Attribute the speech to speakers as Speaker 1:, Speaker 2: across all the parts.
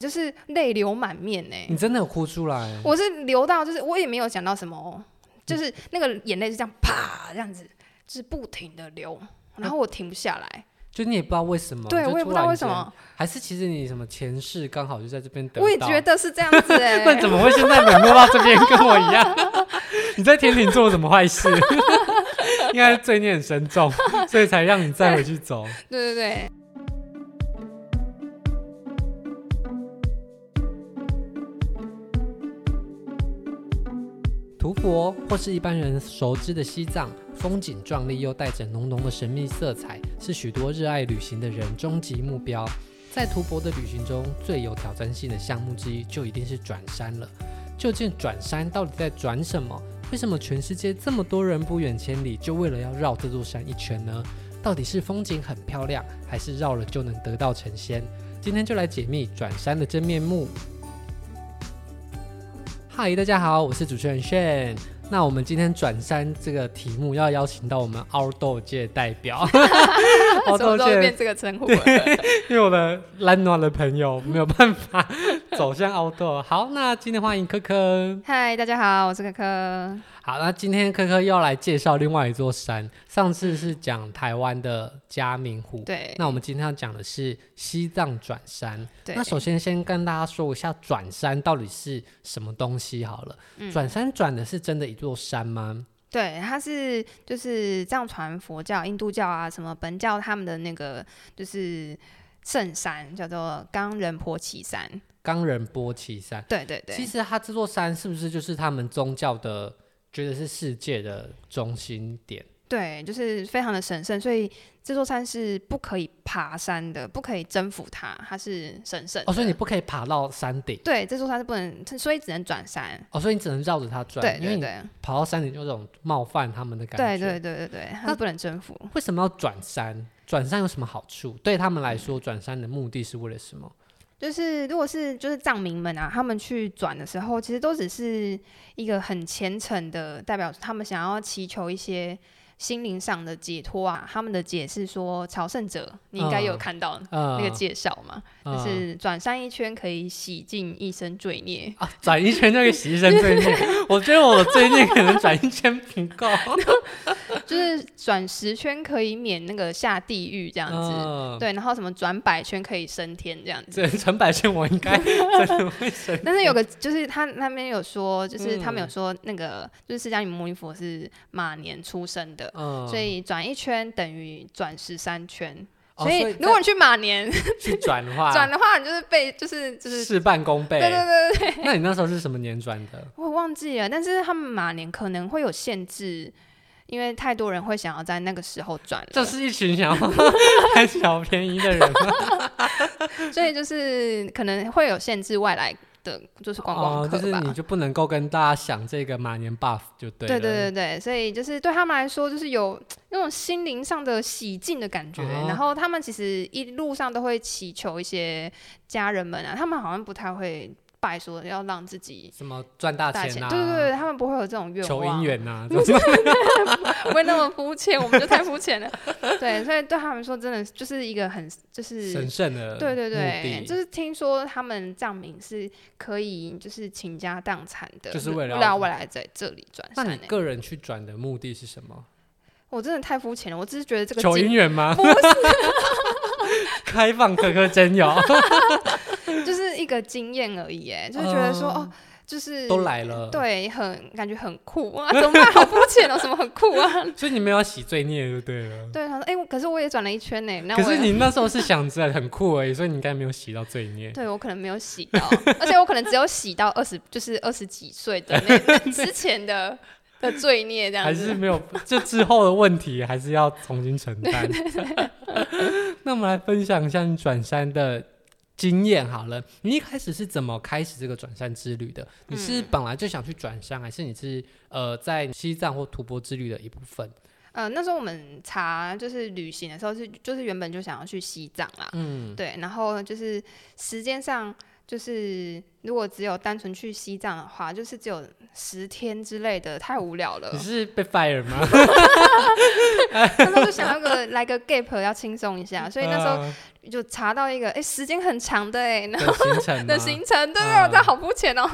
Speaker 1: 就是泪流满面呢、
Speaker 2: 你真的有哭出来？
Speaker 1: 我是流到，就是我也没有讲到什么哦，
Speaker 2: 嗯
Speaker 1: 就是那个眼泪是这样啪这样子，就是不停的流，然后我停不下来。
Speaker 2: 就哦你也不知道为什么，
Speaker 1: 对
Speaker 2: 就
Speaker 1: 我也不知
Speaker 2: 突
Speaker 1: 道
Speaker 2: 然
Speaker 1: 为什
Speaker 2: 间
Speaker 1: 么，
Speaker 2: 还是其实你什么前世刚好就在这边得到，
Speaker 1: 我也觉得是这样子哎、
Speaker 2: 那怎么会现在冷落到这边跟我一样？ 你在天庭做了什么坏事？ 应该是罪孽很 深重，所以才让你再回去走。
Speaker 1: 对对 对。
Speaker 2: 吐蕃或是一般人熟知的西藏，风景壮丽又带着浓浓的神秘色彩，是许多热爱旅行的人终极目标。在吐蕃的旅行中，最有挑战性的项目之一就一定是转山了。究竟转山到底在转什么？为什么全世界这么多人不远千里就为了要绕这座山一圈呢？到底是风景很漂亮，还是绕了就能得到成仙？今天就来解密转山的真面目。嗨，大家好，我是主持人炫。那我们今天转山这个题目要邀请到我们凹豆界代 表， 凹
Speaker 1: 什么
Speaker 2: 豆
Speaker 1: 时候会
Speaker 2: 界
Speaker 1: 变这个称呼了？
Speaker 2: 因为我的懒暖的朋友没有办法走向奥拓。好，那今天欢迎科科。
Speaker 1: 嗨，大家好，我是可可。
Speaker 2: 好，那今天科科又要来介绍另外一座山。上次是讲台湾的嘉明湖，
Speaker 1: 对
Speaker 2: 那我们今天要讲的是西藏转山。
Speaker 1: 对
Speaker 2: 那，首先先跟大家说一下转山到底是什么东西好了。
Speaker 1: 嗯
Speaker 2: 转山转的是真的一座山吗？
Speaker 1: 对，它是就是藏传佛教、印度教啊，什么本教他们的那个就是圣山，叫做冈仁波齐山。
Speaker 2: 冈仁波齐山。
Speaker 1: 对对对，
Speaker 2: 其实它这座山是不是就是他们宗教的，觉得是世界的中心点？
Speaker 1: 对，就是非常的神圣，所以这座山是不可以爬山的，不可以征服它，它是神圣的。
Speaker 2: 哦，所以你不可以爬到山顶，
Speaker 1: 对这座山是不能，所以只能转山。
Speaker 2: 哦，所以你只能绕着它转，
Speaker 1: 对
Speaker 2: 因为
Speaker 1: 对
Speaker 2: 你
Speaker 1: 对
Speaker 2: 爬到山顶就有种冒犯他们的感觉。
Speaker 1: 对对对对对，它
Speaker 2: 那
Speaker 1: 是不能征服。
Speaker 2: 为什么要转山？转山有什么好处？对他们来说，转山的目的是为了什么？
Speaker 1: 就是如果是就是藏民们啊，他们去转的时候，其实都只是一个很虔诚的代表，他们想要祈求一些心灵上的解脱啊。他们的解释说，朝圣者你应该有
Speaker 2: 嗯
Speaker 1: 看到
Speaker 2: 呃，
Speaker 1: 那个介绍嘛，就
Speaker 2: 呃
Speaker 1: 是转山一圈可以洗净一身罪孽。
Speaker 2: 啊，转一圈就可以洗一身罪孽。我觉得我的罪孽可能转一圈不够。
Speaker 1: 就是转十圈可以免那个下地狱这样子，
Speaker 2: 嗯，
Speaker 1: 对，然后什么转百圈可以升天这样子。
Speaker 2: 这成百圈我应该真的会生。
Speaker 1: 但是有个就是他那边有说，就是他们有说那个、就是释迦牟尼佛是马年出生的，
Speaker 2: 嗯，
Speaker 1: 所以转一圈等于转十三圈。
Speaker 2: 哦
Speaker 1: 所以
Speaker 2: 所以
Speaker 1: 如果你去马年
Speaker 2: 去转的话，
Speaker 1: 转的话，你就是被就是就是
Speaker 2: 事半功倍。
Speaker 1: 对对对对，
Speaker 2: 那你那时候是什么年转的？
Speaker 1: 我忘记了。但是他们马年可能会有限制，因为太多人会想要在那个时候转了。
Speaker 2: 这是一群想要 贪小便宜的人吗
Speaker 1: 所以就是可能会有限制外来的，就是观光
Speaker 2: 哦，
Speaker 1: 客
Speaker 2: 就是
Speaker 1: 吧。
Speaker 2: 你就不能够跟大家想这个马年 buff 就对
Speaker 1: 对
Speaker 2: 了。
Speaker 1: 对对对，所以就是对他们来说，就是有嗯那种心灵上的洗净的感觉。
Speaker 2: 哦
Speaker 1: 然后他们其实一路上都会祈求一些家人们啊，他们好像不太会拜说要让自己
Speaker 2: 什么赚大
Speaker 1: 大
Speaker 2: 钱
Speaker 1: 钱，
Speaker 2: 啊，
Speaker 1: 对对对，他们不会有这种愿望，
Speaker 2: 求 姻缘啊，这种
Speaker 1: 不会那么肤浅，我们就太肤浅了。对，所以对他们说，真的就是一个很就是
Speaker 2: 神圣的
Speaker 1: 对对对，哎
Speaker 2: 目的
Speaker 1: 就是听说他们藏民是可以就是倾家荡产的，
Speaker 2: 就是为了
Speaker 1: 让未来在这里转
Speaker 2: 那
Speaker 1: 山、
Speaker 2: 你
Speaker 1: 欸。
Speaker 2: 个人去转的目的是什么？
Speaker 1: 我真的太肤浅了，我只是觉得这个
Speaker 2: 求姻
Speaker 1: 经
Speaker 2: 缘吗？ 开放可可真友
Speaker 1: 就是一个经验而已、欸，哎，就是觉得说、
Speaker 2: 嗯
Speaker 1: 哦，就是
Speaker 2: 都。来了，，
Speaker 1: 对，很感觉很酷啊！ 怎么办？好肤浅哦，什么很酷啊？
Speaker 2: 所以你没有洗罪孽就对了。
Speaker 1: 对，他说：“哎、我可是我也转了一圈呢、欸那我
Speaker 2: 可是你那时候是想着很酷而已，所以你应该没有洗到罪孽。
Speaker 1: 对我可能没有洗到，而且我可能只有洗到二十，就是二十几岁的 那那之前的的罪孽这样
Speaker 2: 还
Speaker 1: 子。
Speaker 2: 是没有，就之后的问题还是要重新承 担。 那我们来分享一下你转山的经验好了。你一开始是怎么开始这个转山之旅的？你
Speaker 1: 嗯
Speaker 2: 是本来就想去转山，还是你是呃在西藏或吐蕃之旅的一部分？
Speaker 1: 呃，那时候我们查就是旅行的时候是就是原本就想要去西藏啦，
Speaker 2: 嗯，
Speaker 1: 对，然后就是时间上就是如果只有单纯去西藏的话，就是只有十天之类的，太无聊 了
Speaker 2: 你。是被 fire 吗？
Speaker 1: 那时候就想要个来个 gap 要轻松一下，所以那时候
Speaker 2: 嗯
Speaker 1: 就查到一个，哎、时间很长的哎、
Speaker 2: 的行程吗
Speaker 1: 的行程，对不对？
Speaker 2: 嗯
Speaker 1: 我这好肤浅哦。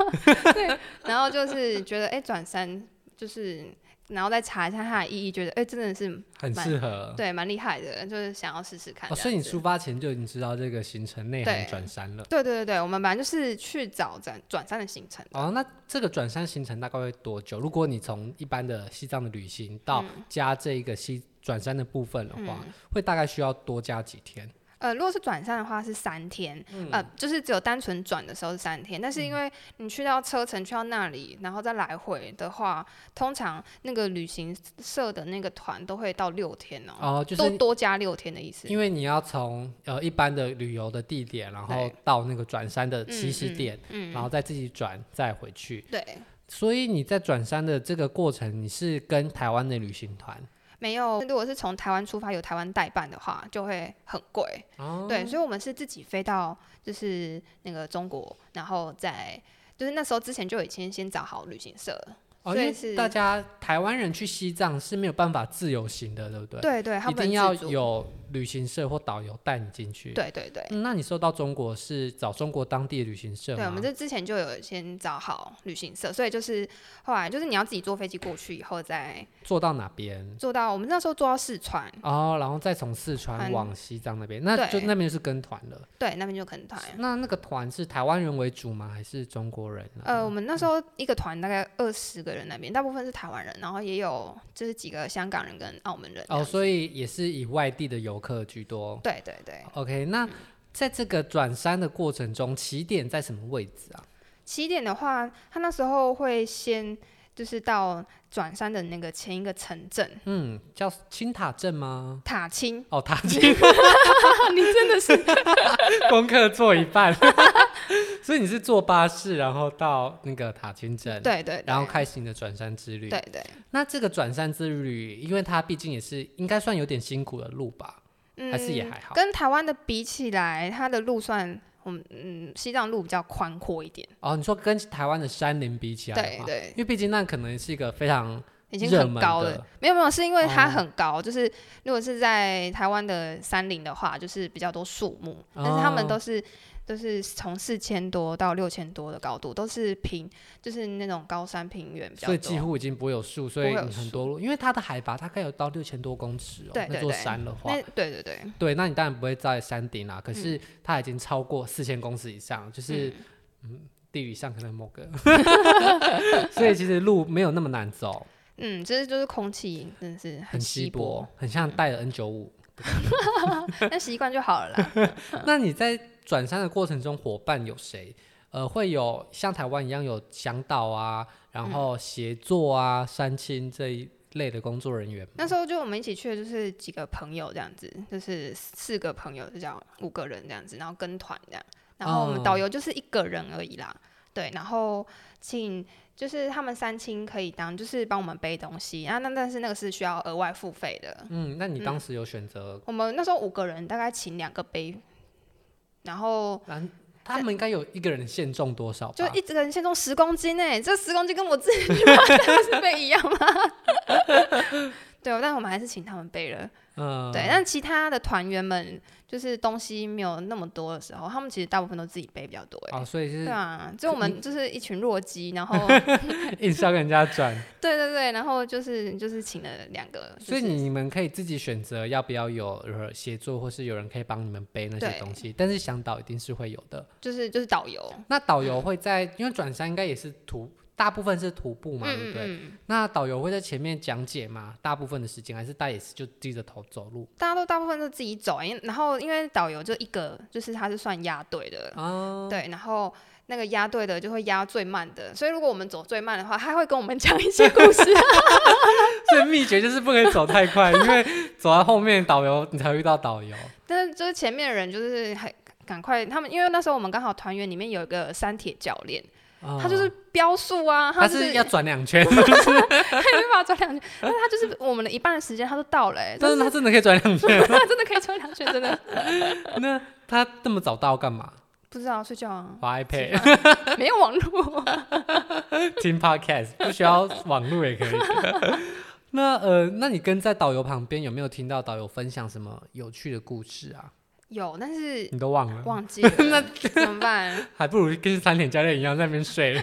Speaker 1: 对，然后就是觉得，哎、转山就是，然后再查一下它的意义，觉得，哎、真的是
Speaker 2: 很适合。
Speaker 1: 对蛮厉害的，就是想要试试看这样
Speaker 2: 嗯哦，
Speaker 1: 子、
Speaker 2: 所以你出发前就已经知道这个行程内涵
Speaker 1: 对
Speaker 2: 转山了。
Speaker 1: 对对对对，我们本来就是去找转转山的行程。
Speaker 2: 哦，那这个转山行程大概会多久？如果你从一般的西藏的旅行到
Speaker 1: 嗯
Speaker 2: 加这个西转山的部分的话，会大概需要多加几天？
Speaker 1: 呃，如果是转山的话是三天，
Speaker 2: 嗯
Speaker 1: 呃，就是只有单纯转的时候是三天，但是因为你去到车程去到那里，然后再来回的话，通常那个旅行社的那个团都会到六天哦，
Speaker 2: 哦，就
Speaker 1: 都
Speaker 2: 是
Speaker 1: 多加六天的意思。
Speaker 2: 因为你要从呃一般的旅游的地点，然后
Speaker 1: 对
Speaker 2: 到那个转山的起
Speaker 1: 嗯
Speaker 2: 始
Speaker 1: 嗯
Speaker 2: 点，然后再自己转再回去。
Speaker 1: 对，
Speaker 2: 所以你在转山的这个过程，你是跟台湾的旅行团
Speaker 1: 没有，如果是从台湾出发，有台湾代办的话，就会很贵。
Speaker 2: 哦，
Speaker 1: 对，所以我们是自己飞到就是那个中国，然后再就是那时候之前就已经先找好旅行社了。
Speaker 2: 哦，因
Speaker 1: 所以
Speaker 2: 为
Speaker 1: 是
Speaker 2: 大家台湾人去西藏是没有办法自由行的，对不对？，
Speaker 1: 对对，他
Speaker 2: 一
Speaker 1: 们
Speaker 2: 定要
Speaker 1: 自助。
Speaker 2: 有旅行社或导游带你进去。
Speaker 1: 对对对。
Speaker 2: 嗯、那你说到中国是找中国当地的旅行社吗？
Speaker 1: 对，我们这之前就有先找好旅行社，所以就是后来就是你要自己坐飞机过去，以后再
Speaker 2: 坐到哪边？
Speaker 1: 坐到我们那时候坐到四川，
Speaker 2: 哦，然后再从四川
Speaker 1: 嗯
Speaker 2: 往西藏那边，那就
Speaker 1: 对哎
Speaker 2: 那边就是跟团了。
Speaker 1: 对，那边就垦团。
Speaker 2: 那那个团是台湾人为主吗？还是中国人、啊？
Speaker 1: 呃，我们那时候一个团大概二十个人那边，大部分是台湾人，然后也有就是几个香港人跟澳门人这
Speaker 2: 哦，
Speaker 1: 样子。
Speaker 2: 所以也是以外地的游客居多。
Speaker 1: 对对对，
Speaker 2: OK，那在这个转山的过程中，起点在什么位置啊？
Speaker 1: 起点的话，他那时候会先就是到转山的那个前一个城镇
Speaker 2: 嗯，叫青塔镇吗？
Speaker 1: 塔 青，
Speaker 2: 哦，塔 青
Speaker 1: 你真的是
Speaker 2: 功课做一半， 所以你是坐巴士，然后到那个塔青镇，，
Speaker 1: 对对，对
Speaker 2: 然后开始你的转山之旅。
Speaker 1: 对，对，
Speaker 2: 那这个转山之旅，因为它毕竟也是应该算有点辛苦的路吧，
Speaker 1: 嗯，
Speaker 2: 还是也还好。
Speaker 1: 跟台湾的比起来，它的路算我们嗯西藏路比较宽阔一点，
Speaker 2: 哦，你说跟台湾的山林比起来的
Speaker 1: 对
Speaker 2: 话，
Speaker 1: 对
Speaker 2: 因，为毕竟那可能是一个非常
Speaker 1: 已经
Speaker 2: 热
Speaker 1: 很
Speaker 2: 门
Speaker 1: 高
Speaker 2: 的
Speaker 1: 了。没有没有，是因为它
Speaker 2: 哦
Speaker 1: 很高，就是如果是在台湾的山林的话，就是比较多树木，但是他们
Speaker 2: 哦
Speaker 1: 都是。都是从四千多到六千多的高度，都是平，就是那种高山平原比较
Speaker 2: 所
Speaker 1: 多。
Speaker 2: 以几乎已经不会有树，所以
Speaker 1: 不会有
Speaker 2: 你很多路，因为它的海拔大概有到六千多公尺哦，
Speaker 1: 对
Speaker 2: 那
Speaker 1: 对
Speaker 2: 座
Speaker 1: 对
Speaker 2: 山的话
Speaker 1: 那，嗯对对对，
Speaker 2: 对，那你当然不会在山顶啊啦，可是它已经超过四千公尺以上，就是嗯地理上可能某个， 所以其实路没有那么难走，
Speaker 1: 嗯，这就是空气真的是
Speaker 2: 很稀
Speaker 1: 稀
Speaker 2: 薄，很像带了 N 九五。
Speaker 1: 但习惯就好了啦。
Speaker 2: 那你在转山的过程中，伙伴有谁？呃，会有像台湾一样有向导啊，然
Speaker 1: 嗯
Speaker 2: 后协作啊、山青这一类的工作人员吗？
Speaker 1: 那时候就我们一起去的就是几个朋友这样子，就是四个朋友就这样五个人这样子，然后跟团这样，然后我
Speaker 2: 哦
Speaker 1: 们导游就是一个人而已啦。对，然后请就是他们三亲可以当，就是帮我们背东西啊，那但是那个是需要额外付费的。
Speaker 2: 嗯，那你当时有选择
Speaker 1: 我们那时候五个人大概请两个背，然后
Speaker 2: 然他们应该有一个人的限重多少吧？
Speaker 1: 就一个人先重十公斤哎、这十公斤跟我自己去爬山 是背一样吗？ 对，但我们还是请他们背了。
Speaker 2: 嗯，
Speaker 1: 对，但其他的团员们就是东西没有那么多的时候，他们其实大部分都自己背比较多。哎、
Speaker 2: 哦，所以
Speaker 1: 对
Speaker 2: 是
Speaker 1: 啊，就我们就是一群弱鸡，然后
Speaker 2: 硬是要跟人 家转，
Speaker 1: 对对对，然后就是就是请了两个，就
Speaker 2: 所以
Speaker 1: 是
Speaker 2: 你们可以自己选择要不要有呃协作，或是有人可以帮你们背那些
Speaker 1: 对
Speaker 2: 东西，但是向导一定是会有的。
Speaker 1: 就是就是导游，
Speaker 2: 那导游会在，因为转山应该也是徒，大部分是徒步嘛，对
Speaker 1: 嗯
Speaker 2: 不对？
Speaker 1: 嗯嗯，
Speaker 2: 那导游会在前面讲解吗？大部分的时间还是大家也是就低着头走路
Speaker 1: 大家都大部分都自己走，因为然后因为导游就一个，就是他是算压队的，
Speaker 2: 哦，
Speaker 1: 对，然后那个压队的就会压最慢的，所以如果我们走最慢的话，他会跟我们讲一些故事，
Speaker 2: 所以秘诀就是不可以走太快，因为走到后面导游你才会遇到导游。
Speaker 1: 但是就是前面的人就是很赶快，他们因为那时候我们刚好团员里面有一个山铁教练，
Speaker 2: 哦
Speaker 1: 他就是标速啊，
Speaker 2: 他
Speaker 1: 就是是
Speaker 2: 要转两圈，
Speaker 1: 他也 没办法转两圈，但是他就是我们的一半的时间他都到了、欸，
Speaker 2: 但是
Speaker 1: 就
Speaker 2: 他真的可以转两圈。
Speaker 1: 他真的可以转两圈，真的
Speaker 2: 那他这么早到干嘛？
Speaker 1: 不知道睡觉啊，
Speaker 2: 滑 iPad、
Speaker 1: 没有网络。
Speaker 2: 听 podcast，不需要网络也可以。 那呃，那你跟在导游旁边有没有听到导游分享什么有趣的故事啊？
Speaker 1: 有，但是
Speaker 2: 你都忘了，
Speaker 1: 忘记了， 那怎么办？
Speaker 2: 还不如跟三点教练一样在那边睡。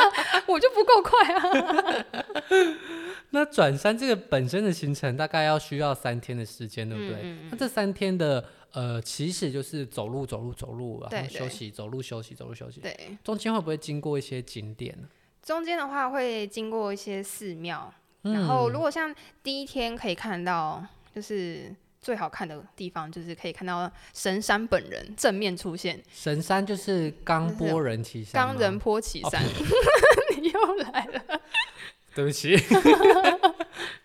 Speaker 1: 我就不够快啊。
Speaker 2: 那转山这个本身的行程大概要需要三天的时间，对不对？
Speaker 1: 嗯嗯
Speaker 2: 那这三天的呃，其实就是走路、走路、走路，然后
Speaker 1: 对对
Speaker 2: 休息，走路、休息，走路、休息。
Speaker 1: 对，
Speaker 2: 中间会不会经过一些景点呢？
Speaker 1: 中间的话会经过一些寺庙，
Speaker 2: 嗯
Speaker 1: 然后如果像第一天可以看到，就是最好看的地方，就是可以看到神山本人正面出现，
Speaker 2: 神山就是冈
Speaker 1: 就是
Speaker 2: 波人骑山吗，哦
Speaker 1: 冈仁波齐 山。 你又来了，
Speaker 2: 对不起，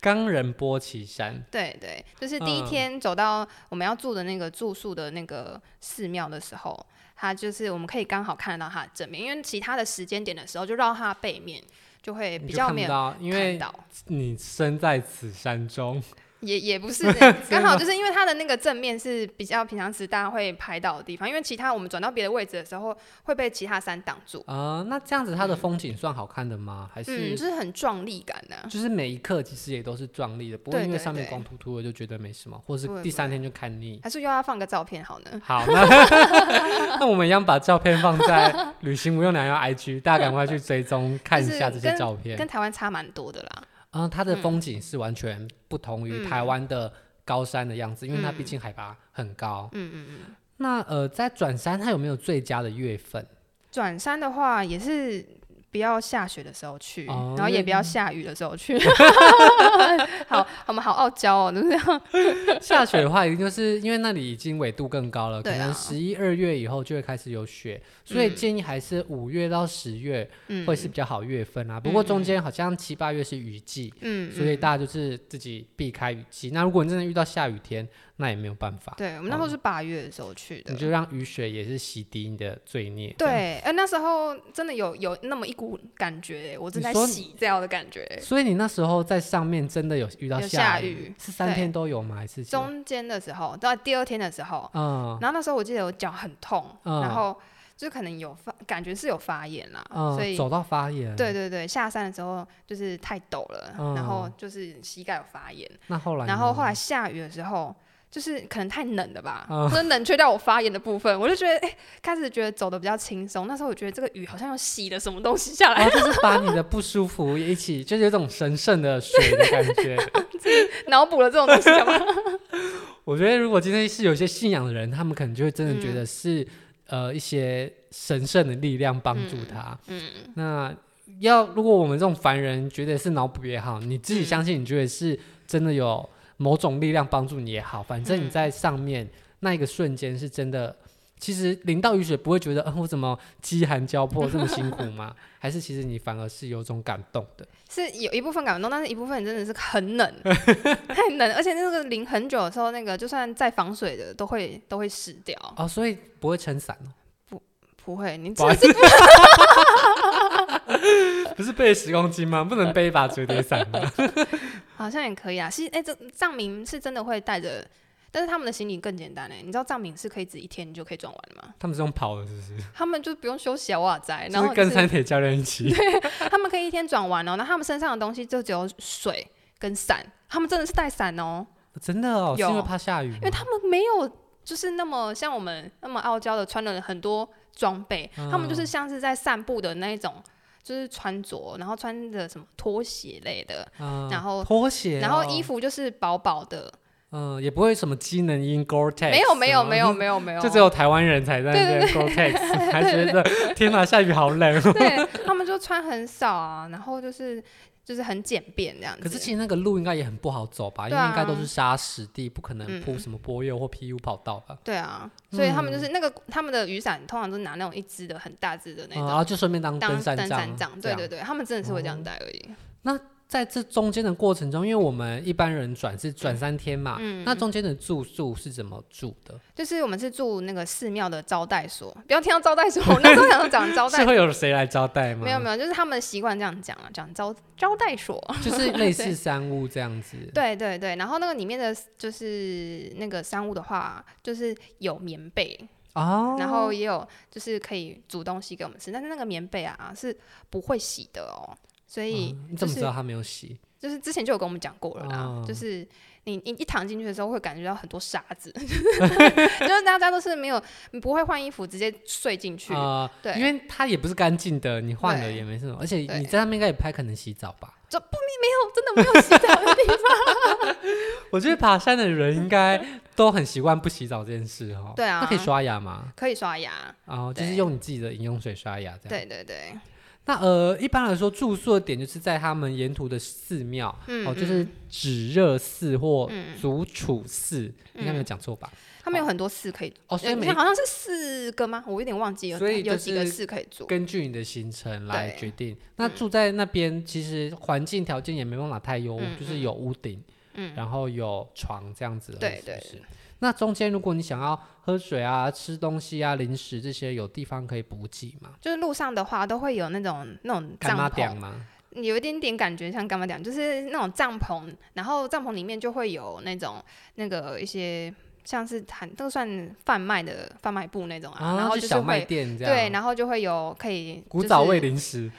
Speaker 2: 冈仁波齐山。
Speaker 1: 对对，就是第一
Speaker 2: 嗯
Speaker 1: 天走到我们要住的那个住宿的那个寺庙的时候，它就是我们可以刚好看得到它的正面，因为其他的时间点的时候就绕它的背面，就会
Speaker 2: 你
Speaker 1: 比
Speaker 2: 就
Speaker 1: 较
Speaker 2: 看
Speaker 1: 没
Speaker 2: 不
Speaker 1: 有
Speaker 2: 到，因
Speaker 1: 看
Speaker 2: 为
Speaker 1: 到。
Speaker 2: 你身在此山中，
Speaker 1: 也也 不是这，刚
Speaker 2: 哦
Speaker 1: 好就是因为它的那个正面是比较平常时大家会拍到的地方，因为其他我们转到别的位置的时候会被其他山挡住，
Speaker 2: 啊、那这样子它的风景算好看的吗？还
Speaker 1: 嗯，
Speaker 2: 是
Speaker 1: 就是很壮丽感啊呢、
Speaker 2: 就是每一刻其实也都是壮丽的，不会
Speaker 1: 嗯对
Speaker 2: 因为
Speaker 1: 对
Speaker 2: 上面
Speaker 1: 对
Speaker 2: 光秃秃的就觉得没什么，或
Speaker 1: 不
Speaker 2: 是
Speaker 1: 会
Speaker 2: 第
Speaker 1: 不
Speaker 2: 三
Speaker 1: 会
Speaker 2: 天就看腻。
Speaker 1: 还是又要放个照片好呢？
Speaker 2: 好，那那 我们一样把照片放在旅行无用良药 IG，大家赶快去追踪看 一
Speaker 1: 就是
Speaker 2: 下这些照片
Speaker 1: 跟。台湾差蛮多的啦，
Speaker 2: 嗯、它的
Speaker 1: 嗯
Speaker 2: 风景是完全不同于台
Speaker 1: 嗯
Speaker 2: 湾的高山的样子，因为它毕
Speaker 1: 嗯
Speaker 2: 竟海拔很高。
Speaker 1: 嗯嗯嗯。
Speaker 2: 那呃，在转山它有没有最佳的月份？
Speaker 1: 转山的话也是不要下雪的时候去，
Speaker 2: 哦
Speaker 1: 然后
Speaker 2: 因为
Speaker 1: 也不要下雨的时候去。 好，我们好傲娇哦，就是
Speaker 2: 下雪的话，一定就是因为那里已经纬度更高了，可
Speaker 1: 对啊
Speaker 2: 能十一二月以后就会开始有雪，所以
Speaker 1: 嗯
Speaker 2: 建议还是五月到十月
Speaker 1: 嗯，
Speaker 2: 会是比较好月份啊。不过中间好像七八月是雨季，
Speaker 1: 嗯，
Speaker 2: 所以
Speaker 1: 嗯
Speaker 2: 大家就是自己避开雨季。那如果你真的遇到下雨天，那也没有办法，
Speaker 1: 对我们那
Speaker 2: 哦
Speaker 1: 时候是八月的时候去的，
Speaker 2: 你就让雨水也是洗涤你的罪孽。这样
Speaker 1: 对，哎、那时候真的有有那么一股感觉，我正
Speaker 2: 你
Speaker 1: 在
Speaker 2: 说
Speaker 1: 洗掉的感觉。
Speaker 2: 所以你那时候在上面真的有遇到
Speaker 1: 有
Speaker 2: 下
Speaker 1: 下
Speaker 2: 雨，
Speaker 1: 雨
Speaker 2: 是三
Speaker 1: 对
Speaker 2: 天都有吗？还是几
Speaker 1: 中间的时候，到第二天的时候，
Speaker 2: 嗯
Speaker 1: 然后那时候我记得我脚很痛，
Speaker 2: 嗯
Speaker 1: 然后就可能有发，感觉是有发炎啦，所
Speaker 2: 嗯
Speaker 1: 以。
Speaker 2: 走到发炎？
Speaker 1: 对，对对，下山的时候就是太陡了，然后就是膝盖有发炎，
Speaker 2: 那后来
Speaker 1: 然后
Speaker 2: 嗯呢
Speaker 1: 后来下雨的时候，就是可能太冷了吧，
Speaker 2: 嗯
Speaker 1: 就是冷却掉我发炎的部分，我就觉得哎、开始觉得走的比较轻松。那时候我觉得这个雨好像有洗了什么东西下来
Speaker 2: 然，后哦就是把你的不舒服也一起，就是有种神圣的水的感 觉。
Speaker 1: 脑补了这种东西干嘛？
Speaker 2: 我觉得如果今天是有一些信仰的人，他们可能就会真
Speaker 1: 嗯
Speaker 2: 的觉得是、呃一些神圣的力量帮助他。
Speaker 1: 嗯，
Speaker 2: 那要如果我们这种凡人觉得是脑补也好，你自己
Speaker 1: 嗯
Speaker 2: 相信你觉得是真的有某种力量帮助你也好，反正你
Speaker 1: 嗯
Speaker 2: 在上面、那一个瞬间是真的。其实淋到雨水不会觉得，嗯，我怎么饥寒交迫这么辛苦吗？ 还是其实你反而是有种感动的？
Speaker 1: 是有一部分感动，但是一部分真的是很冷，太冷，而且那个淋很久的时候，那个就算再防水的都会都会湿掉。
Speaker 2: 哦，所以不会撑伞哦，
Speaker 1: 不会，你
Speaker 2: 不
Speaker 1: 这
Speaker 2: 好意
Speaker 1: 这
Speaker 2: 不是背十公斤吗？不能背一把折叠伞吗？
Speaker 1: 好像也可以啊。其实，哎、这藏民是真的会带着，但是他们的行李更简单哎、你知道藏民是可以只一天就可以转完的吗？
Speaker 2: 他们是用跑的，是不是？
Speaker 1: 他们就不用休息啊，哇塞！然
Speaker 2: 就
Speaker 1: 后
Speaker 2: 是
Speaker 1: 就
Speaker 2: 跟
Speaker 1: 是
Speaker 2: 三铁教练一起，
Speaker 1: 他们可以一天转完哦、那他们身上的东西就只有水跟伞，他们真的是带伞哦、
Speaker 2: 真的哦，是因为
Speaker 1: 有
Speaker 2: 怕下雨吗，
Speaker 1: 因为他们没有就是那么像我们那么傲娇的穿了很多装备，他们
Speaker 2: 嗯
Speaker 1: 就是像是在散步的那一种，就是穿着，然后穿着什么拖鞋类的，
Speaker 2: 嗯
Speaker 1: 然后
Speaker 2: 拖鞋哦，
Speaker 1: 然后衣服就是薄薄的，
Speaker 2: 嗯，也不会什么机能音 Gore Tex，
Speaker 1: 没有没有
Speaker 2: 嗯
Speaker 1: 没有没有没 有，
Speaker 2: 就只有台湾人才在那边 Gore Tex，还觉得天哪，下雨好冷。
Speaker 1: 对他们就穿很少啊，然后就是就是很简便这样子。
Speaker 2: 可是其实那个路应该也很不好走吧，因
Speaker 1: 对
Speaker 2: 为
Speaker 1: 啊
Speaker 2: 应该都是沙石地，不可能
Speaker 1: 嗯
Speaker 2: 铺什么柏油或 PU 跑道吧。
Speaker 1: 对啊，所以他
Speaker 2: 嗯
Speaker 1: 们就是那个、他们的雨伞通常都是拿那种一支的很大支的那
Speaker 2: 嗯
Speaker 1: 种。
Speaker 2: 然后就顺便当
Speaker 1: 当
Speaker 2: 登山
Speaker 1: 伞
Speaker 2: 杖，啊
Speaker 1: 杖，
Speaker 2: 这
Speaker 1: 对
Speaker 2: 样哦
Speaker 1: 对对，他们真的是会这样带而已。
Speaker 2: 在这中间的过程中，因为我们一般人转是转三天嘛，
Speaker 1: 嗯
Speaker 2: 那中间的住宿是怎么住的？
Speaker 1: 就是我们是住那个寺庙的招待所，不要听到招待所，我那时候想要讲招
Speaker 2: 是
Speaker 1: 待，
Speaker 2: 会有谁来招待吗？
Speaker 1: 没有没有，就是他们习惯这样讲啊，讲招招待所。
Speaker 2: 就是类似山屋这样子。
Speaker 1: 对对对，然后那个里面的就是那个商务的话，就是有棉被，
Speaker 2: 哦，
Speaker 1: 然后也有就是可以煮东西给我们吃，但是那个棉被啊是不会洗的哦，所以
Speaker 2: 嗯你
Speaker 1: 就
Speaker 2: 怎么
Speaker 1: 是、
Speaker 2: 知道他没有洗？
Speaker 1: 就是之前就有跟我们讲过了啦，
Speaker 2: 哦
Speaker 1: 就是你你一躺进去的时候会感觉到很多沙 子， 就是大家都是没有不会换衣服直接睡进去，
Speaker 2: 啊，
Speaker 1: 对
Speaker 2: 因为它也不是干净的，你换了也没什么，而且
Speaker 1: 对
Speaker 2: 你在上面应该也不太可能洗澡吧？
Speaker 1: 这不没没有真的没有洗澡的地方。
Speaker 2: 我觉得爬山的人应该都很习惯不洗澡这件事哦。
Speaker 1: 对啊
Speaker 2: 那可以刷牙 吗？
Speaker 1: 可以刷牙，
Speaker 2: 哦，就是
Speaker 1: 对
Speaker 2: 用你自己的饮用水刷牙这样。
Speaker 1: 对对对，
Speaker 2: 那呃，一般来说住宿的点就是在他们沿途的寺庙，
Speaker 1: 嗯，
Speaker 2: 哦，
Speaker 1: 嗯
Speaker 2: 就是指热寺或
Speaker 1: 嗯
Speaker 2: 祖楚寺，应该没有
Speaker 1: 嗯
Speaker 2: 讲错吧？
Speaker 1: 他们有很多寺可以，
Speaker 2: 哦，所以
Speaker 1: 呃
Speaker 2: 每
Speaker 1: 好像是四个吗？我有点忘记了，
Speaker 2: 所以就
Speaker 1: 有几个
Speaker 2: 是
Speaker 1: 寺可以住。
Speaker 2: 根据你的行程来
Speaker 1: 对嗯
Speaker 2: 决定。那住在那边，其实环境条件也没办法太优，
Speaker 1: 嗯
Speaker 2: 就是有屋顶，
Speaker 1: 嗯
Speaker 2: 然后有床这样子而已。
Speaker 1: 对
Speaker 2: 是不
Speaker 1: 对
Speaker 2: 是那中间如果你想要喝水啊、吃东西啊、零食这些，有地方可以补给吗？
Speaker 1: 就是路上的话，都会有那种那种
Speaker 2: 干
Speaker 1: 帐
Speaker 2: 妈点
Speaker 1: 篷，
Speaker 2: 吗？
Speaker 1: 有一点点感觉像干嘛讲，就是那种帐篷，然后帐篷里面就会有那种那个一些像是谈都算贩卖的贩卖部那种啊，然后
Speaker 2: 就是小卖
Speaker 1: 会
Speaker 2: 店这样。
Speaker 1: 对，然后就会有可以
Speaker 2: 古
Speaker 1: 就
Speaker 2: 早
Speaker 1: 是
Speaker 2: 味零食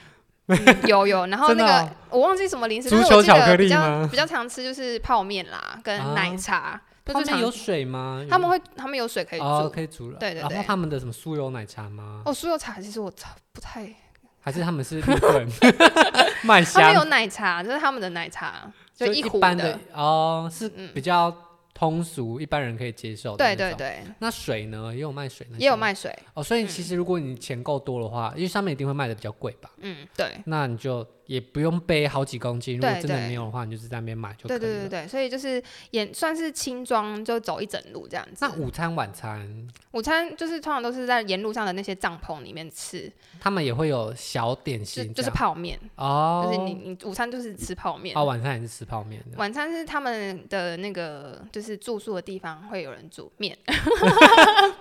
Speaker 1: 嗯 有有，然后
Speaker 2: 真的
Speaker 1: 那个、
Speaker 2: 哦
Speaker 1: 我忘记什么零食，
Speaker 2: 足
Speaker 1: 但是
Speaker 2: 球
Speaker 1: 我记得
Speaker 2: 巧克力
Speaker 1: 比较
Speaker 2: 吗
Speaker 1: 比较常吃就是泡面啦，跟
Speaker 2: 啊
Speaker 1: 奶茶。这
Speaker 2: 他
Speaker 1: 就常
Speaker 2: 们有水吗？
Speaker 1: 他们会他们有水可以
Speaker 2: 有
Speaker 1: 煮
Speaker 2: 哦，
Speaker 1: 哦
Speaker 2: 可以煮了。
Speaker 1: 对对
Speaker 2: 然后
Speaker 1: 对
Speaker 2: 他们的什么酥油奶茶吗？
Speaker 1: 酥油茶其实我超不太，
Speaker 2: 还是他们是日 本卖
Speaker 1: 他们有
Speaker 2: 香？
Speaker 1: 奶茶，就是他们的奶茶，就
Speaker 2: 就
Speaker 1: 一壶
Speaker 2: 般的哦，是
Speaker 1: 嗯
Speaker 2: 比较通俗，一般人可以接受的。
Speaker 1: 对对。对，
Speaker 2: 那水呢？也有卖水那些吗，
Speaker 1: 也有卖嗯水，
Speaker 2: 哦。所以其实如果你钱够多的话，因为上面一定会卖的比较贵吧，
Speaker 1: 嗯，对，
Speaker 2: 那你就也不用背好几公斤。如果
Speaker 1: 对
Speaker 2: 真的
Speaker 1: 对
Speaker 2: 没有的话，你就是在那边买就可以
Speaker 1: 对
Speaker 2: 了。
Speaker 1: 对对对，所以就是也算是轻装，就走一整路这样子。
Speaker 2: 那午餐、晚餐，
Speaker 1: 午餐就是通常都是在沿路上的那些帐篷里面吃，
Speaker 2: 他们也会有小点
Speaker 1: 就
Speaker 2: 心这样，
Speaker 1: 就是泡面，
Speaker 2: 哦，
Speaker 1: 就是你你午餐就是吃泡面
Speaker 2: 哦，，晚上也是吃泡面的。
Speaker 1: 晚餐是他们的那个就是住宿的地方会有人煮 面，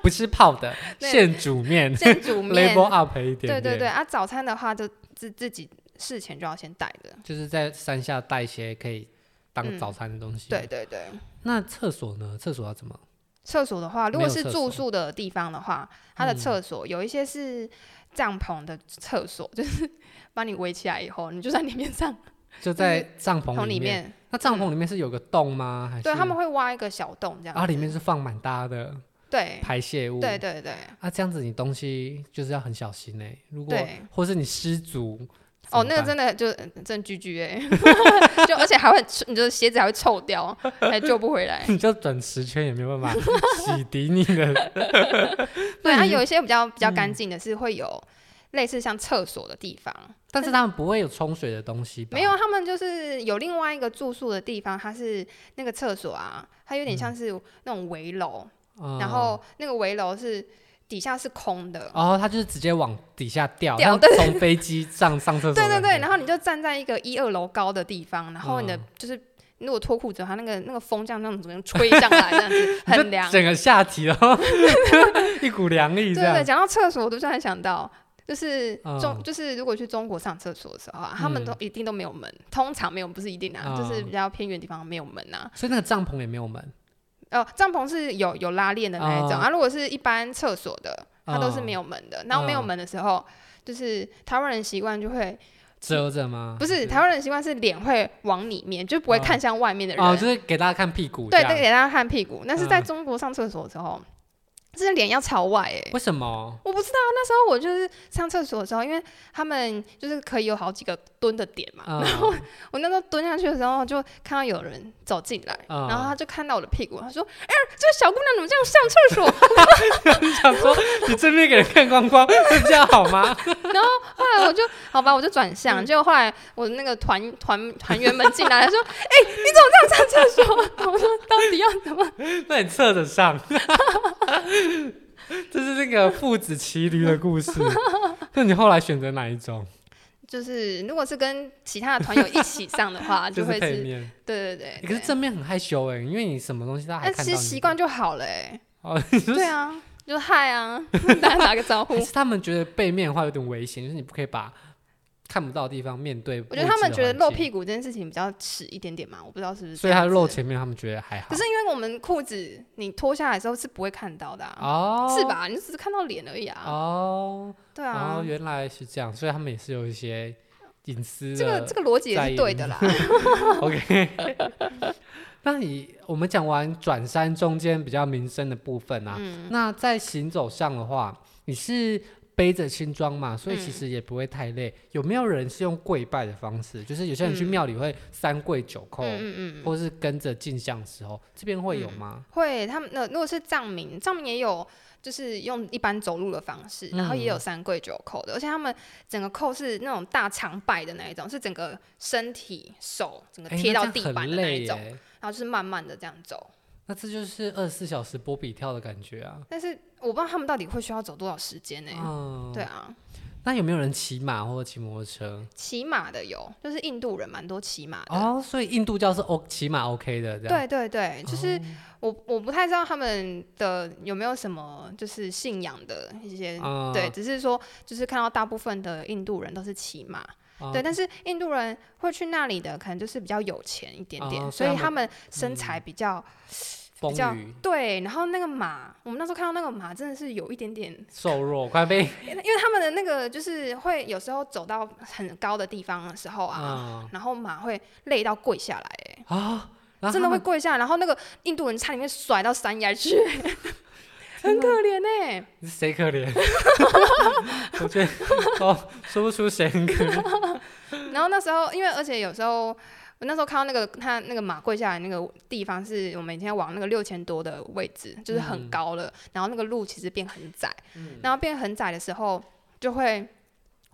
Speaker 2: 不是泡的，
Speaker 1: 对
Speaker 2: 现煮面
Speaker 1: 先煮面。
Speaker 2: ，level up 一点
Speaker 1: 对
Speaker 2: 点。
Speaker 1: 对对，啊，早餐的话就自自己事前就要先带的。
Speaker 2: 就是在山下带一些可以当
Speaker 1: 嗯
Speaker 2: 早餐的东西。
Speaker 1: 对，对对，
Speaker 2: 那厕所呢？厕所要怎么？
Speaker 1: 厕所的话，如
Speaker 2: 没
Speaker 1: 果
Speaker 2: 有
Speaker 1: 是
Speaker 2: 厕
Speaker 1: 住
Speaker 2: 所
Speaker 1: 宿的地方的话，它的厕所有一些是帐篷的厕所， 就是把你围起来以后，你就在里面上
Speaker 2: 就在帐篷
Speaker 1: 从里
Speaker 2: 面。
Speaker 1: 面，
Speaker 2: 那帐篷里面是有个洞吗？还是
Speaker 1: 对他们会挖一个小洞这样子。
Speaker 2: 啊，里面是放满大的
Speaker 1: 对
Speaker 2: 排泄物。
Speaker 1: 对对对，
Speaker 2: 啊，这样子你东西就是要很小心呢、如果
Speaker 1: 对
Speaker 2: 或是你失足，
Speaker 1: 哦，那个真
Speaker 2: 的
Speaker 1: 的就真居居哎， 就而且还会你的鞋子还会臭掉，还救不回来
Speaker 2: 。你就转十圈也没有办法洗涤你 的。
Speaker 1: 对，
Speaker 2: 那
Speaker 1: 它
Speaker 2: 你
Speaker 1: 有一些比较比较
Speaker 2: 嗯
Speaker 1: 干净的是会有类似像厕所的地方，
Speaker 2: 但是他们不会有冲水的东西吧？
Speaker 1: 没有，啊他们就是有另外一个住宿的地方，它是那个厕所啊，它有点像是那种围楼，
Speaker 2: 嗯，哦
Speaker 1: 然后那个围楼是底下是空的，
Speaker 2: 然后他就是直接往底下掉，
Speaker 1: 掉
Speaker 2: 像
Speaker 1: 对
Speaker 2: 从飞机上上厕所的
Speaker 1: 对
Speaker 2: 感觉。
Speaker 1: 对对，然后你就站在一个一二楼高的地方，然后你的
Speaker 2: 嗯
Speaker 1: 就是。如果脱裤子的话，那个那个风这样那种怎么吹上来，这样子
Speaker 2: 你就
Speaker 1: 很凉。
Speaker 2: 整个下 体哦，一股凉
Speaker 1: 对
Speaker 2: 意这
Speaker 1: 对对，
Speaker 2: 样。
Speaker 1: 讲到厕所，我都突然想到，就是中、
Speaker 2: 嗯
Speaker 1: 就是如果去中国上厕所的时候啊，他们都一定都没有门，通常没有，不是一定啊，就是
Speaker 2: 嗯
Speaker 1: 比较偏远地方没有门啊。
Speaker 2: 所以那个帐篷也没有门，
Speaker 1: 哦，帐篷是有有拉链的那一种、
Speaker 2: 哦
Speaker 1: 啊。如果是一般厕所的，它都是
Speaker 2: 哦
Speaker 1: 没有门的。然后没有
Speaker 2: 嗯
Speaker 1: 门的时候，就是台湾人习惯就会
Speaker 2: 遮着吗？
Speaker 1: 不是台湾人习惯是脸会往里面，就不会
Speaker 2: 哦
Speaker 1: 看向外面的人。
Speaker 2: 哦，就是给大家看屁股这
Speaker 1: 对，
Speaker 2: 样。
Speaker 1: 对，给大家看屁股。但是在
Speaker 2: 嗯
Speaker 1: 中国上厕所的时候，是脸要朝外欸诶、
Speaker 2: 为什么？
Speaker 1: 我不知道那时候我就是上厕所的时候，因为他们就是可以有好几个蹲的点嘛，
Speaker 2: 嗯
Speaker 1: 然后我那时候蹲下去的时候，就看到有人走进来，
Speaker 2: 嗯
Speaker 1: 然后他就看到我的屁股，他说：“哎、这个小姑娘怎么这样上厕所？”
Speaker 2: 想说你这边给人看光光，会比较好 吗？
Speaker 1: 后来我就好吧，我就转
Speaker 2: 嗯
Speaker 1: 向，结果后来我的那个团团团员们进来说：“哎、你怎么这样上厕所啊？”我说：“到底要怎么
Speaker 2: 那你侧着上。 这是那个父子骑驴的 故事。那你后来选择哪一种？？”
Speaker 1: 就是如果是跟其他的团友一起上的 话，
Speaker 2: 就
Speaker 1: 啊会是
Speaker 2: 是配面。
Speaker 1: 对对对
Speaker 2: 欸可是
Speaker 1: 对
Speaker 2: 正面很害羞哎，因为你什么东西大家还
Speaker 1: 但
Speaker 2: 看
Speaker 1: 其
Speaker 2: 到
Speaker 1: 实
Speaker 2: 你。
Speaker 1: 习惯就好了、欸，
Speaker 2: 哦， 你说
Speaker 1: 对啊，就嗨啊，大家打个招呼
Speaker 2: 还。是他们觉得背面的话有点危险，就是你不可以把看不到的地方面对。
Speaker 1: 我觉得他们觉得露屁
Speaker 2: 股，
Speaker 1: 股这件事情比较耻一点点嘛，我不知道是不是这
Speaker 2: 所以他
Speaker 1: 样子。
Speaker 2: 露前面，他们觉得还好。
Speaker 1: 可是因为我们裤子你脱下来的时候是不会看到的、啊，
Speaker 2: 哦，
Speaker 1: 是？吧？你只是看到脸而已啊。
Speaker 2: 哦，
Speaker 1: 对
Speaker 2: 哦
Speaker 1: 啊，，
Speaker 2: 原来是这样，所以他们也是有一些隐私的。
Speaker 1: 这个这个逻辑也
Speaker 2: 在
Speaker 1: 是
Speaker 2: 意哦
Speaker 1: 对 的啦。
Speaker 2: OK，那你我们讲完转山中间比较民生的部分啊，
Speaker 1: 嗯
Speaker 2: 那在行走上的话，你是背着轻装嘛，所以其
Speaker 1: 嗯
Speaker 2: 实也不会太累。有没有人是用跪拜的方式？就是有些人去庙里会三跪九叩，
Speaker 1: 嗯嗯嗯嗯，嗯
Speaker 2: 或是跟着进香的时候，这边会有吗？
Speaker 1: 会他们那如果是藏民，藏民也有就是用一般走路的方式，然后也
Speaker 2: 嗯
Speaker 1: 有三跪九叩的，而且他们整个叩是那种大长拜的那一种，是整个身体手整个
Speaker 2: 哎
Speaker 1: 贴
Speaker 2: 那
Speaker 1: 到
Speaker 2: 这
Speaker 1: 地
Speaker 2: 样很
Speaker 1: 板的那
Speaker 2: 累
Speaker 1: 一种，
Speaker 2: 耶
Speaker 1: 然后就是慢慢的这样走。
Speaker 2: 那这就是二十四小时波比跳的感觉啊。
Speaker 1: 但是我不知道他们到底会需要走多少时间呢、
Speaker 2: 嗯，
Speaker 1: 对。啊，
Speaker 2: 那有没有人骑马或者骑摩托车？
Speaker 1: 骑马的有，就是印度人蛮多骑马的。
Speaker 2: 哦，所以印度教是 O 骑马 OK 的，这样。哦
Speaker 1: 对对对，就是我我不太知道他们的有没有什么就是信仰的一些
Speaker 2: 啊
Speaker 1: 对，只是说就是看到大部分的印度人都是骑马，
Speaker 2: 啊
Speaker 1: 对，但是印度人会去那里的，可能就是比较有钱一点点，
Speaker 2: 啊所
Speaker 1: 所
Speaker 2: 以
Speaker 1: 以
Speaker 2: 他
Speaker 1: 他们身材比较、
Speaker 2: 风
Speaker 1: 比较
Speaker 2: 雨
Speaker 1: 对。然后那个马，我们那时候看到那个马真的是有一点点，
Speaker 2: 瘦弱，快被
Speaker 1: 因为他们的那个就是会有时候走到很高的地方的时候啊，
Speaker 2: 啊
Speaker 1: 然后马会累到跪下来、欸，
Speaker 2: 啊！然后
Speaker 1: 真的
Speaker 2: 他
Speaker 1: 会
Speaker 2: 们
Speaker 1: 跪下来，然后那个印度人差点被甩到山崖 去，很可怜哎、
Speaker 2: 谁可怜？ 我觉得哦，说不出谁很可怜。
Speaker 1: 然后那时候，因为而且有时候，我那时候看到那个他那个马跪下来那个地方，是我们以前往那个六千多的位置，就是很
Speaker 2: 嗯
Speaker 1: 高了。然后那个路其实变很窄，然后变很窄的时候，就会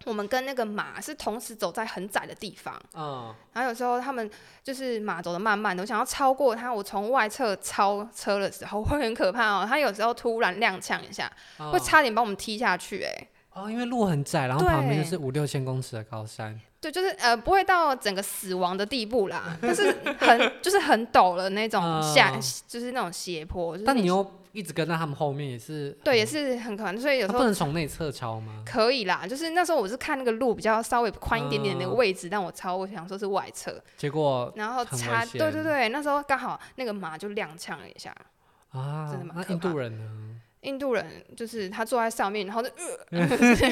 Speaker 1: 我们跟那个马是同时走在很窄的地方。
Speaker 2: 嗯，
Speaker 1: 然后有时候他们就是马走的慢慢的，我想要超过它，我从外侧超车的时候 会很可怕哦。它有时候突然踉跄一下，会
Speaker 2: 嗯
Speaker 1: 差点把我们踢下去、欸，
Speaker 2: 哦，因为路很窄，然后旁边
Speaker 1: 对
Speaker 2: 就是五六千公尺的高山。
Speaker 1: 对，就是呃，不会到整个死亡的地步 啦，但是很就是很陡了那种
Speaker 2: 嗯
Speaker 1: 下，就是那种斜坡。就是
Speaker 2: 但你又一直跟在他们后面，也是
Speaker 1: 对也是很可能，所以有
Speaker 2: 他
Speaker 1: 时
Speaker 2: 啊不
Speaker 1: 候
Speaker 2: 能从内侧超吗？
Speaker 1: 可以啦。就是那时候我是看那个路比较稍微宽一点点的
Speaker 2: 嗯
Speaker 1: 位置，但我超我想说是外侧，
Speaker 2: 结果
Speaker 1: 然后
Speaker 2: 很危
Speaker 1: 差对对
Speaker 2: 险
Speaker 1: 对，那时候刚好那个马就踉跄了一下。
Speaker 2: 啊
Speaker 1: 真的，蛮
Speaker 2: 那
Speaker 1: 可
Speaker 2: 印
Speaker 1: 怕
Speaker 2: 度人 呢？
Speaker 1: 印度人就是他坐在上面，然后就、呃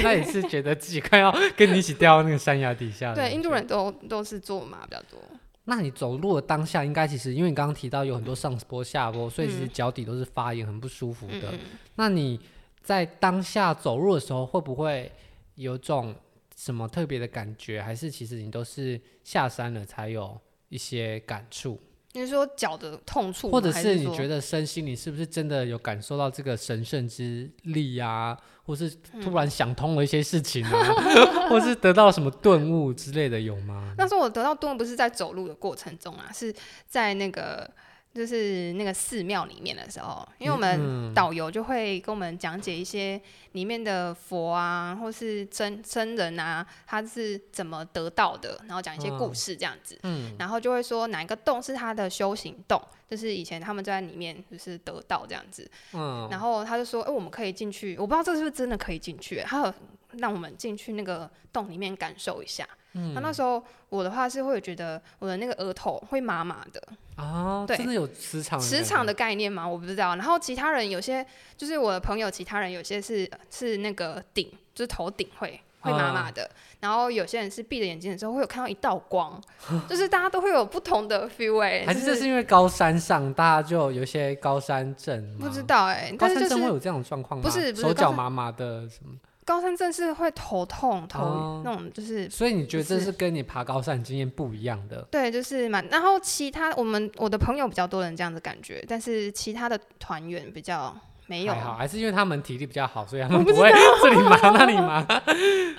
Speaker 2: 那也是觉得自己快要跟你一起掉到那个山崖底下的感
Speaker 1: 对
Speaker 2: 觉。
Speaker 1: 印度人都都是坐马比较多，
Speaker 2: 那你走路的当下，应该其实因为你刚刚提到有很多上坡下坡，所以其实
Speaker 1: 嗯
Speaker 2: 脚底都是发炎，很不舒服
Speaker 1: 嗯
Speaker 2: 的。
Speaker 1: 嗯，
Speaker 2: 那你在当下走路的时候，会不会有种什么特别的感觉？还是其实你都是下山了才有一些感触，
Speaker 1: 你是说脚的痛处吗，
Speaker 2: 或者
Speaker 1: 还
Speaker 2: 是你觉
Speaker 1: 得
Speaker 2: 得身心你是不是真的有感受到这个神圣之力啊？或是
Speaker 1: 嗯
Speaker 2: 突然想通了一些事情啊， 或是得到什么顿悟之类的，有吗？
Speaker 1: 那时候我得到顿悟不是在走路的过程中啊，是在那个就是那个寺庙里面的时候，因为我
Speaker 2: 嗯
Speaker 1: 们导游就会跟我们讲解一些里面的佛啊，或是真真人啊，他是怎么得到的，然后讲一些故事这样子。
Speaker 2: 嗯，
Speaker 1: 然后就会说哪一个洞是他的修行洞，就是以前他们就在里面就是得到这样子。
Speaker 2: 嗯，
Speaker 1: 然后他就说：“哎、我们可以进去，我不知道这是不是真的可以进去。”他有让我们进去那个洞里面感受一下。
Speaker 2: 嗯
Speaker 1: 他那时候我的话是会觉得我的那个额头会麻麻 的，
Speaker 2: 啊，
Speaker 1: 哦对
Speaker 2: 真的有磁场，
Speaker 1: 磁场的，概念嘛，我不知道。然后其他人有些就是我的朋友，其他人有些是是那个顶，就是头顶会会麻
Speaker 2: 啊
Speaker 1: 麻的，然后有些人是闭着眼睛的时候会有看到一道光，就是大家都会有不同的 feel 哎、
Speaker 2: 还
Speaker 1: 就是
Speaker 2: 这是因为高山上大家就有一些高山症吗？
Speaker 1: 不知道哎、但
Speaker 2: 高
Speaker 1: 是
Speaker 2: 山
Speaker 1: 就
Speaker 2: 症会
Speaker 1: 是
Speaker 2: 有这种状况吗？
Speaker 1: 不是不是
Speaker 2: 手
Speaker 1: 高
Speaker 2: 脚
Speaker 1: 山
Speaker 2: 麻麻的什么？
Speaker 1: 高山症是会头痛头、
Speaker 2: 哦
Speaker 1: 那种就是
Speaker 2: 所以你觉得这
Speaker 1: 呃不是
Speaker 2: 是跟你爬高山经验不一样的？
Speaker 1: 对，就是蛮。然后其他我们我的朋友比较多人这样子感觉，但是其他的团员比较没有
Speaker 2: 还。好，还是因为他们体力比较好，所以他们不会 这里麻那里麻。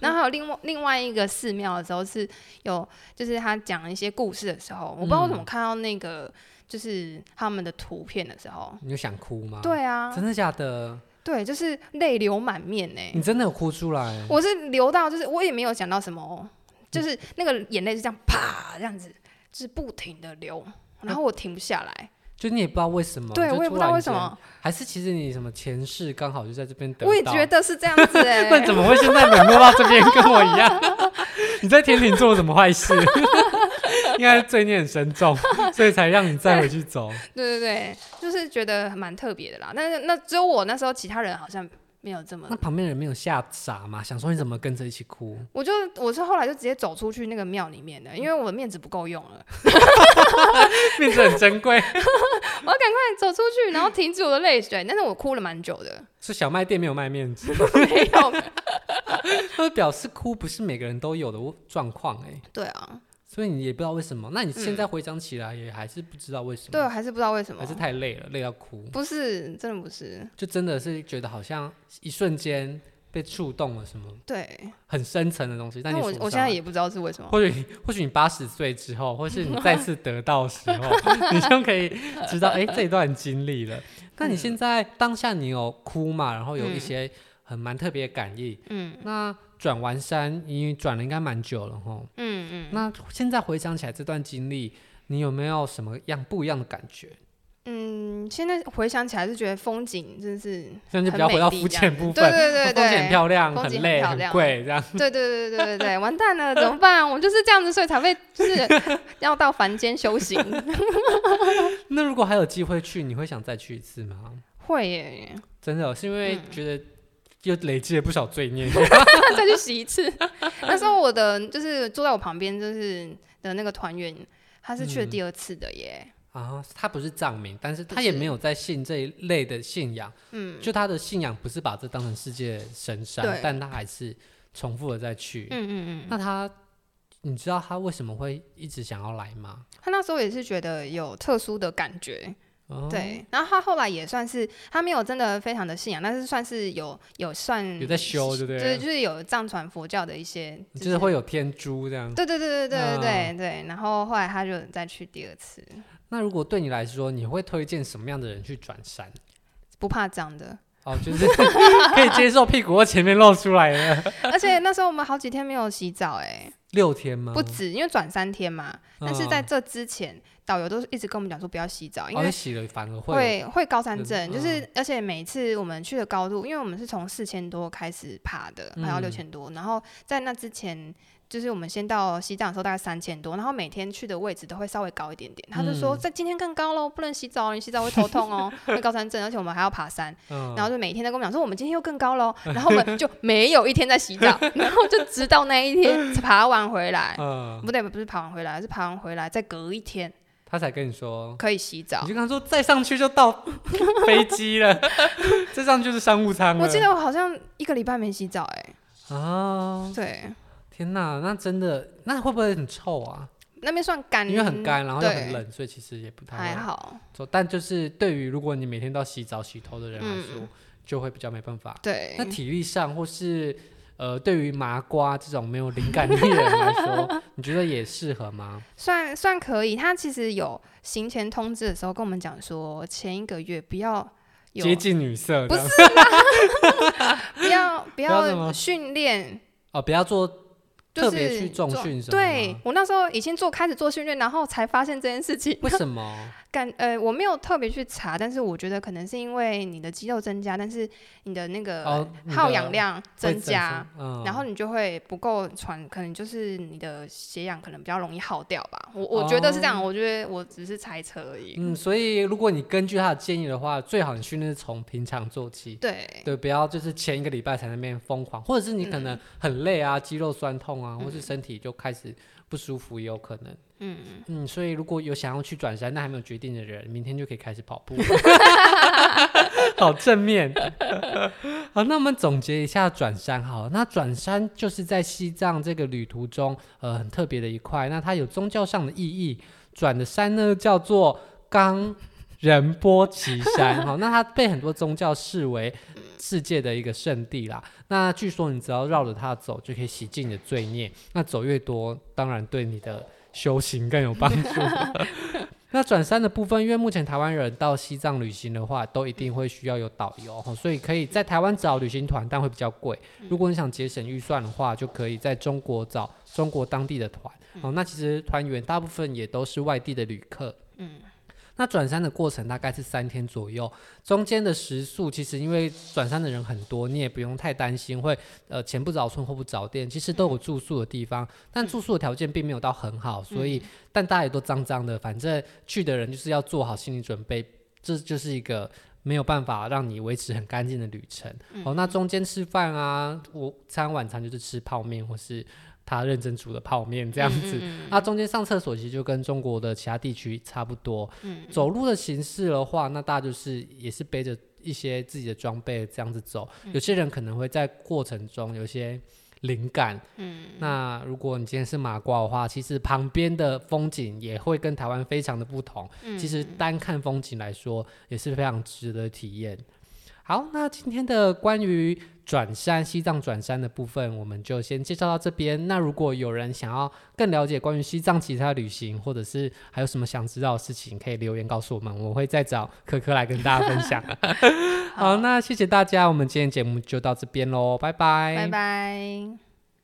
Speaker 1: 然后还有另外另外一个寺庙的时候是有，就是他讲一些故事的时候，我不知道我
Speaker 2: 嗯
Speaker 1: 怎么看到那个就是他们的图片的时候，
Speaker 2: 你就想哭吗？、
Speaker 1: 对啊
Speaker 2: 啊真，的嗯假的？
Speaker 1: 对，就是泪流满面呢、
Speaker 2: 你真的有哭出来？
Speaker 1: 我是流到，就是我也没有讲到什么哦，
Speaker 2: 嗯
Speaker 1: 就是那个眼泪是这样啪这样子，就是不停的流，然后我停不下来，
Speaker 2: 就哦你也不知道为什么，
Speaker 1: 对
Speaker 2: 就
Speaker 1: 我也不知
Speaker 2: 突
Speaker 1: 道
Speaker 2: 然
Speaker 1: 为什
Speaker 2: 间
Speaker 1: 么，
Speaker 2: 还是其实你什么前世刚好就在这边得到，
Speaker 1: 我也觉，得是这样 子哎、
Speaker 2: 那怎么会现在冷落到这边跟我一样？ 你在天庭做了什么坏事？ 应该是罪孽很深重，所以才让你再回去 走。
Speaker 1: 对对对，就是觉得蛮特别的啦。但是那只有我那时候，其他人好像没有这么
Speaker 2: 那。旁边人没有吓傻吗？想说你怎么跟着一起 哭？
Speaker 1: 我就我是后来就直接走出去那个庙里面的，因为我的面子不够用了，
Speaker 2: 面子很珍贵，
Speaker 1: 我要赶快走出去，然后停止我的泪水。但是我哭了蛮久的，啊
Speaker 2: 是小卖店没有卖面子，
Speaker 1: 没 有。
Speaker 2: 他表示哭不是每个人都有的状况哎、
Speaker 1: 对啊，
Speaker 2: 所以你也不知道为什么。那你现在回想起来也还是不知道为什么，
Speaker 1: 对，啊我还是不知道为什么
Speaker 2: 还是，太累了，累到哭，
Speaker 1: 不是，真的不是。
Speaker 2: 就真的是觉得好像一瞬间被触动了什么
Speaker 1: 对，
Speaker 2: 很深层的东西。但
Speaker 1: 但
Speaker 2: 你
Speaker 1: 我
Speaker 2: 数不
Speaker 1: 我现
Speaker 2: 上
Speaker 1: 在
Speaker 2: 来
Speaker 1: 也不知道是为什么。
Speaker 2: 或许 你或许你八十岁之后，或是你再次得到的时候， 你就可以知道，哎、这段经历 了。那你现在当下你有哭嘛？然后有一
Speaker 1: 嗯
Speaker 2: 些很蛮特别的感应。
Speaker 1: 嗯
Speaker 2: 那转完山，你转了应该蛮久了吼。
Speaker 1: 嗯嗯
Speaker 2: 那现在回想起来这段经历，你有没有什么样不一样的感觉？
Speaker 1: 嗯，现在回想起来是觉得风景真是，
Speaker 2: 现在就不要回到肤浅部
Speaker 1: 对
Speaker 2: 分，
Speaker 1: 对对对
Speaker 2: 风景很
Speaker 1: 对，
Speaker 2: 漂亮，
Speaker 1: 风景
Speaker 2: 很
Speaker 1: 很
Speaker 2: 累，
Speaker 1: 漂
Speaker 2: 很
Speaker 1: 亮
Speaker 2: 贵，这样。
Speaker 1: 对对对对对对，完蛋了，怎么办？我就是这样子，所以才会就是 要到凡间修行。
Speaker 2: 那如果还有机会去，你会想再去一次吗？
Speaker 1: 会耶，
Speaker 2: 真的哦是因为
Speaker 1: 嗯
Speaker 2: 觉得又累积了不少罪 孽，
Speaker 1: 再去洗一次。 那时候我的就是坐在我旁边就是的那个团员，他是去
Speaker 2: 嗯
Speaker 1: 了第二次的耶。
Speaker 2: 啊，他不是藏民，但是
Speaker 1: 不
Speaker 2: 他也
Speaker 1: 是
Speaker 2: 没有在信这一类的信仰，
Speaker 1: 嗯
Speaker 2: 就他的信仰不是把这当成世界神山
Speaker 1: 对，
Speaker 2: 但他还是重复的再去。
Speaker 1: 嗯嗯嗯，
Speaker 2: 那他，你知道他为什么会一直想要来吗？
Speaker 1: 他那时候也是觉得有特殊的感觉，
Speaker 2: 哦，
Speaker 1: 对，然后他后来也算是他没有真的非常的信仰，但是算是有有算
Speaker 2: 有在修，对不
Speaker 1: 对，
Speaker 2: 对？
Speaker 1: 就是有藏传佛教的一些，
Speaker 2: 就是会有嗯天珠这样。
Speaker 1: 对对对对对对对对。然后后来他就再去第二次，
Speaker 2: 那如果对你来说，你会推荐什么样的人去转山？
Speaker 1: 不怕脏的。
Speaker 2: 哦，就是 可以接受屁股或前面露出来的
Speaker 1: 而且那时候我们好几天没有洗澡、哎，
Speaker 2: 六天吗？
Speaker 1: 不止，因为转三天嘛。但是在这之前，导游都一直跟我们讲说不要洗澡，因
Speaker 2: 嗯哦
Speaker 1: 为
Speaker 2: 你洗了反而会有
Speaker 1: 会会高山
Speaker 2: 人嗯
Speaker 1: 症，就是而且每次我们去的高度，因为我们是从四千多开始爬的，爬到
Speaker 2: 嗯
Speaker 1: 六千多，然后在那之前。就是我们先到西藏的时候大概三千多，然后每天去的位置都会稍微高一点点。他就说，
Speaker 2: 嗯
Speaker 1: 在今天更高喽，不能洗澡，你洗澡会头痛哦，会高山症，而且我们还要爬山。
Speaker 2: 嗯
Speaker 1: 然后就每天都跟我们讲说，我们今天又更高喽，然后我们就没有一天在洗澡， 然后就直到那一天爬完回来，
Speaker 2: 嗯，
Speaker 1: 不对，不是爬完回来，是爬完回来再隔一天
Speaker 2: 他才跟你说，
Speaker 1: 可以洗澡
Speaker 2: 哦你。就跟他说再上去就到 飞机了， 再上去就是商务舱了。
Speaker 1: 我记得我好像一个礼拜没洗澡、欸，
Speaker 2: 啊，
Speaker 1: 对，
Speaker 2: 天哪，那真的那会不会很臭啊？
Speaker 1: 那边算干，
Speaker 2: 因为很干，然后
Speaker 1: 嗯
Speaker 2: 又
Speaker 1: 对
Speaker 2: 很，冷，所以其实也不太
Speaker 1: 还
Speaker 2: 会
Speaker 1: 好，
Speaker 2: 臭。但就是对于如果你每天都要洗澡洗头的人来
Speaker 1: 嗯
Speaker 2: 说，就会比较没办法。
Speaker 1: 对
Speaker 2: 那，体力上或是呃，对于麻瓜这种没有灵感力的人来说， 你觉得也适合吗？
Speaker 1: 算算可以。他其实有行前通知的时候跟我们讲说，前一个月不要有
Speaker 2: 接近女色
Speaker 1: 不
Speaker 2: 的
Speaker 1: 是不要 不
Speaker 2: 要什么
Speaker 1: 要训练，
Speaker 2: 哦，不要做
Speaker 1: 就是
Speaker 2: 特别去重训什么吗
Speaker 1: 对我那时候已经做开始做训练，然后才发现这件事情。
Speaker 2: 为什么？
Speaker 1: 感呃，我没有特别去查，但是我觉得可能是因为你的肌肉增加，但是你的那个
Speaker 2: 哦你的
Speaker 1: 呃耗氧量
Speaker 2: 会
Speaker 1: 增加，，
Speaker 2: 嗯，
Speaker 1: 然后你就会不够传，可能就是你的血氧可能比较容易耗掉吧。我我觉得是这样，我觉得我只是猜测而已。
Speaker 2: 哦嗯，所以如果你根据他的建议的话，最好你训练是从平常做起，
Speaker 1: 对，嗯
Speaker 2: 对，不要就是前一个礼拜才在那边疯狂，或者是你可能很累啊，肌肉酸痛啊，或是身体就开始不舒服也有可能。
Speaker 1: 嗯，
Speaker 2: 嗯，所以如果有想要去转山但还没有决定的人，明天就可以开始跑 步， 好正面。 好，那我们总结一下转山好了，那转山就是在西藏这个旅途中，呃，很特别的一块。那它有宗教上的意义，转的山呢叫做冈仁波齐山，好，那它被很多宗教视为世界的一个圣地啦。那据说你只要绕着它走，就可以洗净你的罪孽。那走越多，当然对你的修行更有帮助。 那转山的部分，因为目前台湾人到西藏旅行的话，都一定会需要有导游，吼所以可以在台湾找旅行团，但会比较贵。如果你想节省预算的话，就可以在中国找中国当地的团。哦，那其实团员大部分也都是外地的旅客。嗯，那转山的过程大概是三天左右，中间的时速其实因为转山的人很多，你也不用太担心会呃前不着村后不着店，其实都有住宿的地方，但住宿的条件并没有到很好，所以但大家也都脏脏的，反正去的人就是要做好心理准备，这就是一个。没有办法让你维持很干净的旅程。哦，那中间吃饭啊，午餐晚餐就是吃泡面或是他认真煮的泡面这样子。那中间上厕所其实就跟中国的其他地区差不多。走路的形式的话，那大家就是也是背着一些自己的装备这样子走。有些人可能会在过程中有一些。灵感，嗯，那如果你今天是麻瓜的话，其实旁边的风景也会跟台湾非常的不同。其实单看风景来说，也是非常值得体验。好，那今天的关于转山、西藏转山的部分，我们就先介绍到这边。那如果有人想要更了解关于西藏其他旅行，或者是还有什么想知道的事情，可以留言告诉我们，我会再找可可来跟大家分享。 好，那谢谢大家，我们今天节目就到这边喽，拜拜，
Speaker 1: 拜拜。